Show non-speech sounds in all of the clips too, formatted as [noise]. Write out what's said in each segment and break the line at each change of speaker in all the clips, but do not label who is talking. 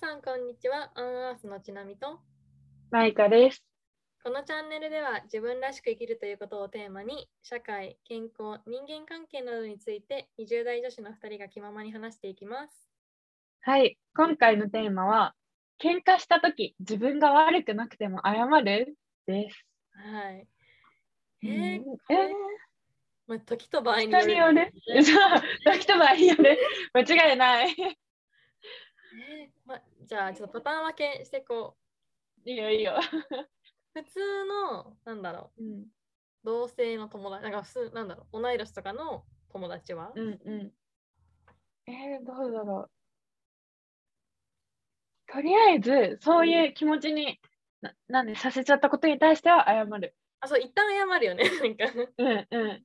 さん、こんにちは。アンアースのちなみと。
マイカです。
このチャンネルでは自分らしく生きるということをテーマに社会、健康、人間関係などについて20代女子の2人が気ままに話していきます。
はい、今回のテーマは、喧嘩したとき、自分が悪くなくても謝るです。
はい。
うん
えー、
え
まあ、時と場合に
ー人による。
ね
そう、時と場合による。 [laughs] 間違いない。
えーまあ、じゃあ、ちょっとパターン分けしていこ
いいよ、いいよ。
う。普通の、なんだろ
うん、
う、同性の友達、なんか普通、なんだろう、同い年とかの友達は、
うん、うん。えー、どうだろう。とりあえず、そういう気持ちに、ななんでさせちゃったことに対しては謝る。
あ、そう、一旦謝るよね。なんか、
うんう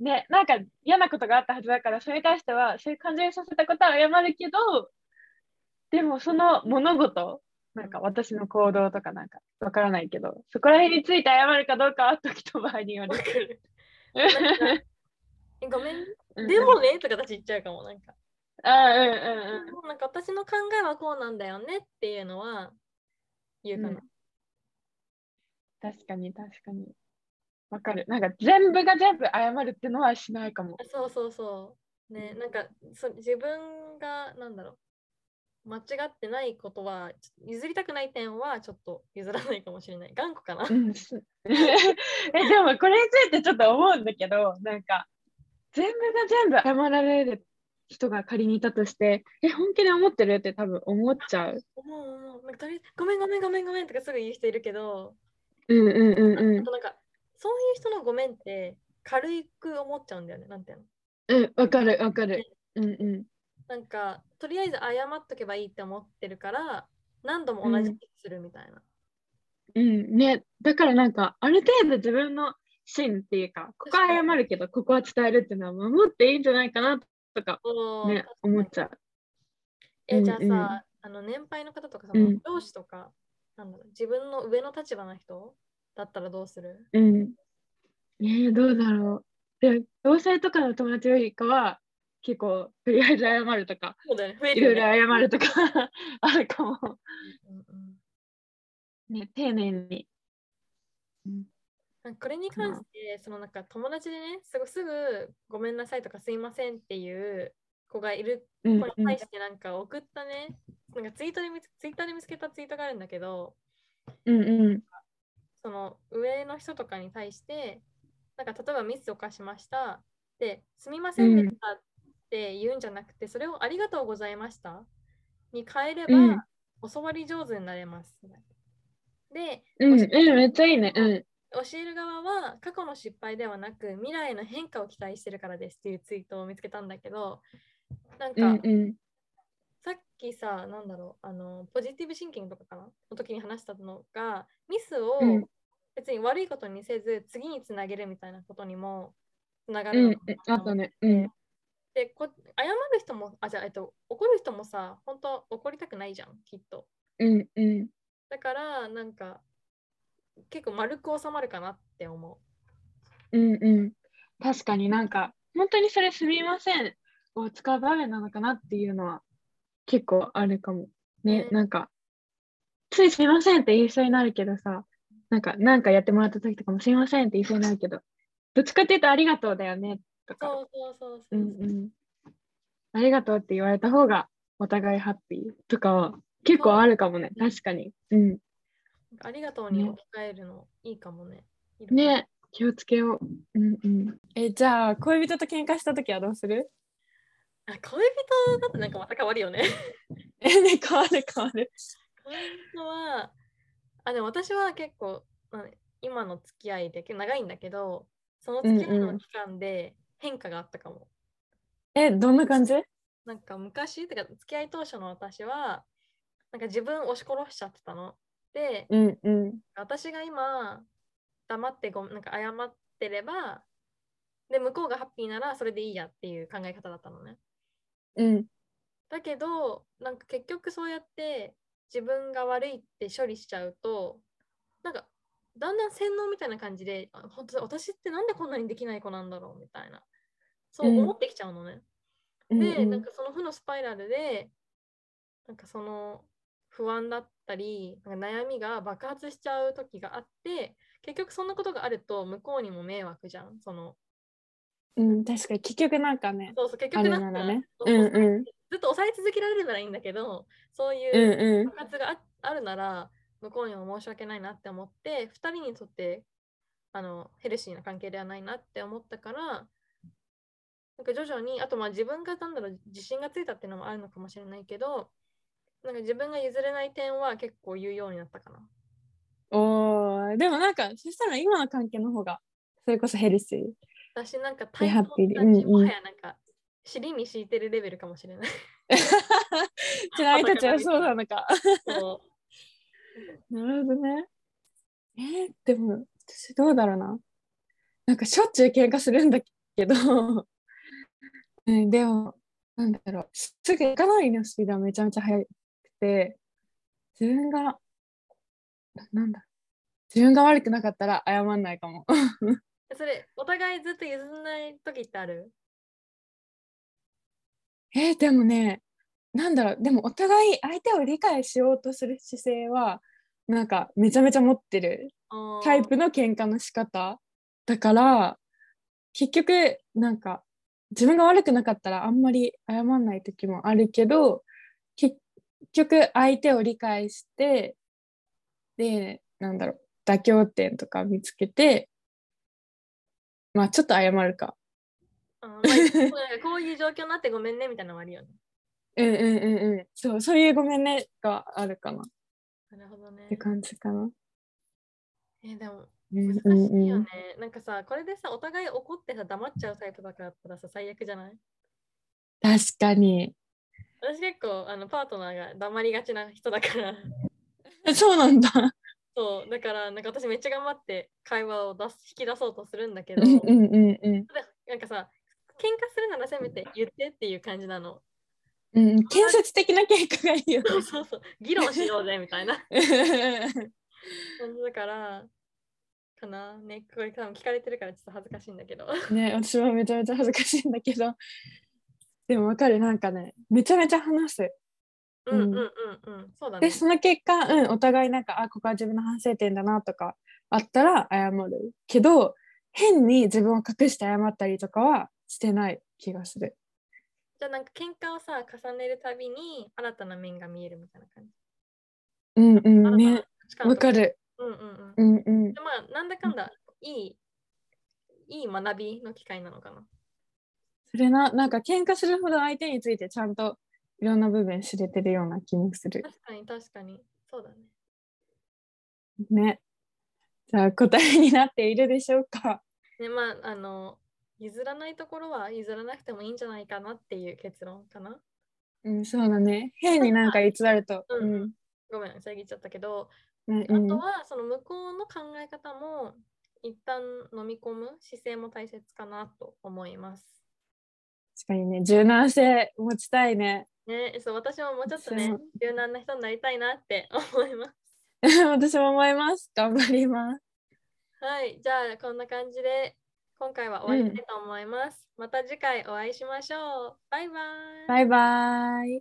ん。で、なんか嫌なことがあったはずだから、それに対しては、そういう感じにさせたことは謝るけど、でもその物事、なんか私の行動とかなんかわからないけど、そこら辺について謝るかどうかは時と場合によ
わ
る。
かる。なんかえ
[laughs]
ごめん、 [laughs] でもねとか私言っちゃうかも、なんか。
あうんうん
でもなんか私の考えはこうなんだよねっていうのは言う
うんう
か
ん
な。。
確かに確かに。わかる。なんか全部が全部謝るってのはしないかも。
そうそうそう。ね、なんかそ自分がなんだろう。間違ってないことは、ちょ譲りたくない点はちょっと譲らないかもしれない。頑固かな。
うん、す [laughs] えでもこれについてちょっと思うんだけどなんか全部が全部謝られる人が仮にいたとしてえ本気で思ってるって多分思っちゃう。
思う思う。なんかとりあえずごめんごめんごめんごめんとかすぐ言う人いるけど、
うんうんうん
あとなんかそういう人のごめんって軽く思っちゃうんだよね。なんていうの
うんうんわかるわかる。うんう
なんかとりあえず謝っとけばいいって思ってるから何度も同じことするみたいな。
んうんねだからなんかある程度自分の芯っていうかここは謝るけどここは伝えるっていうのは守っていいんじゃないかなとか
そう
ね
確かに
思っちゃう。
えじゃあさ、
うんうん
あの年配の方とかさ、
うん
上司とかなんだろう自分の上の立場の人だったらどうする
うん。ねえどうだろう。で同性とかの友達よりかは結構とりあえず謝るとか
そうだよね増え
い
る
ろい
よ
ろ
ね。
謝るとか [laughs] あるかも。
うんうん
ね、丁寧に。
なんかこれに関して、そのなんか友達でねすぐすぐごめんなさいとかすいませんっていう子がいる
うん
子に対してなんか送ったね、なんかツイートで見つツイッターで見つけたツイートがあるんだけど、
うんうん
その上の人とかに対してなんか例えばミスを犯しましたで「すみませんでした」って言うんじゃなくて、それを「ありがとうございました」に変えれば、
うん
お教わり上手になれます。で
うん、うん、めっちゃいいね。うん。
教える側は過去の失敗ではなく未来の変化を期待してるからですっていうツイートを見つけたんだけどなん
うん
か、
うん。
さっきさ、なんだろう、あの、ポジティブシンキングとかかなの時に話したのが、ミスを
うん
別に悪いことにせず、次につなげるみたいなことにもつなが
うん
る
う
の
ん
かなと思
あと
って
ね。うん。
でこ、謝る人も、あ、じゃあ、えっと、怒る人もさ、本当は怒りたくないじゃん、きっと。
うんうん。
だから、なんか、結構丸く収まるかなって思
うんうん。確かになんか、本当にそれすみませんを使う場面なのかなっていうのは結構あるかも。ね
ね、
なんか、ついすみませんって言いそうになるけどさ、なんか、なんかやってもらった時とかもすみませんって言いそうになるけど、どっちかっていうとありがとうだよねと
う。
か、
そうそうそうそうう。
んうん。ありがとうって言われた方がお互いハッピーとかは結構あるかもね。確かに。うん。
なんかありがとうに
ね
置き換えるのいいかもね。いいのかな
ね気をつけよう。うんうん。え、じゃあ、恋人と喧嘩した時はどうする
あ、恋人だとなんかまた変わるよね。
[laughs] え、ね、変わる変わる。
ポイントは、あ、でも私は結構、まあ今の付き合いで結構長いんだけど、その付き合い
うんう
の
ん
期間で変化があったかも。
え、どんな感じ
なんか昔、てか付き合い当初の私は、なんか自分を押し殺しちゃってたの。で、
うんうん。
私が今、黙ってごめん、なんか謝ってれば、で、向こうがハッピーならそれでいいやっていう考え方だったのね。
うん。
だけどなんか結局そうやって自分が悪いって処理しちゃうとなんかだんだん洗脳みたいな感じであ本当だ私ってなんでこんなにできない子なんだろうみたいなそう
うん
思ってきちゃうのね。
うん
で
うん
なんかその負のスパイラルでなんかその不安だったりなんか悩みが爆発しちゃう時があって結局そんなことがあると向こうにも迷惑じゃんその
うん、確かに結局なんかね、
そうそう結
あ
局
れ
な
なん
か
らね。
そううんそう
う
ずっと抑え続けられるならいいんだけどそうい
ん。うん
う
う
爆発がああるなら向こうにも申し訳ないなって思って2人にとってあのヘルシーな関係ではないなって思ったからなんか徐々にあとまあ自分がなんだろう自信がついたっていうのもあるのかもしれないけどなんか自分が譲れない点は結構言うようになったかな。
ん。おーでもなんか、そしたら今の関係の方が、それこそヘル
[laughs]
シー。
私なんか
で
対
ハ
抗
ッピーで
感じ
うんうん
もはやなんか尻に敷いてるレベルかもしれない。
[laughs] 辛いたちはそうなのか。
そう
なるほどね。えーでも、私どうだろうな。なんかしょっちゅう喧嘩するんだけど、 [laughs] うん、でも、なんだろう、すぐ行かないのスピードはめちゃめちゃ速くて、自分が、ななんだろう自分が悪くなかったら謝んないかも。 [laughs]
[laughs] それお互いずっと譲んない時ってある
えーでもね、なんだろう、でもお互い相手を理解しようとする姿勢は、なんかめちゃめちゃ持ってるタイプの喧嘩の仕方だから結局なんか自分が悪くなかったらあんまり謝んない時もあるけど結局相手を理解してでなんだろう妥協点とか見つけてまあちょっと謝るか
あーまあ、なんかこういう状況になってごめんねみたいなのもあるよね。
うんうんうんうんそうそういうごめんねがあるかなっ
なるほどね
て。感じかな。
えーでも
うん
難
う
しい
んう
よ
ん
ね。なんかさ、これでさ、お互い怒ってさ、黙っちゃうタイプだからったらさ、最悪じゃない
確かに
私結構あのパートナーが黙りがちな人だから、 [laughs]
そうなんだ。
そう、だからなんか私めっちゃ頑張って会話を出す引き出そうとするんだけ
う
ど、
んうんうんうん
なんかさ、喧嘩するならせめて言ってっていう感じなの。 [laughs]
うん、建設的な喧嘩がいいよね。
そうそうそう、議論しようぜみたいな
う
感じだから、かなね、これ多分聞かれてるからちょっと恥ずかしいんだけど。
ん [laughs] ね私もめちゃめちゃ恥ずかしいんだけどでもわかるなんかねめちゃめちゃ話す
うんう
うん
んうんうん、そうだね
で。その結果、うん、お互いなんかあここは自分の反省点だなとかあったら謝るけど変に自分を隠して謝ったりとかはしてない気がする
じゃあなんか喧嘩をさ重ねるたびに新たな面が見えるみたいな感じ。
うんうん
新
ね
たな価値観と
わか。る
うんうんうん。
うんうん
でまあなんだかんだいいいい学びの機会なのかな。
それななんか喧嘩するほど相手についてちゃんといろんな部分知れてるような気もする
確かに確かにそうだね。
ねじゃあ答えになっているでしょうか
でまああの譲らないところは譲らなくてもいいんじゃないかなっていう結論かな。
うん、そうだね。変になんか偽ると。
う
[laughs] うんん。
ごめん遮っちゃったけど、
うん
あと
うん
はその向こうの考え方も一旦飲み込む姿勢も大切かなと思います。
確かにね、柔軟性持ちたいね。 [laughs]
ね、そう私ももうちょっとね
そう、
柔軟な人になりたいなって [laughs] 思います。
私も思います。頑張ります。
はい、じゃあこんな感じで今回は終わりたいと思います。また次回お会いしましょう。バイバイ。
バイバイ。